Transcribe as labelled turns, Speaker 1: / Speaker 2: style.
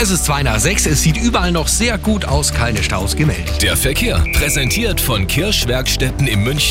Speaker 1: Es ist 2 nach 6, es sieht überall noch sehr gut aus, keine Staus gemeldet.
Speaker 2: Der Verkehr präsentiert von Kirschwerkstätten im München.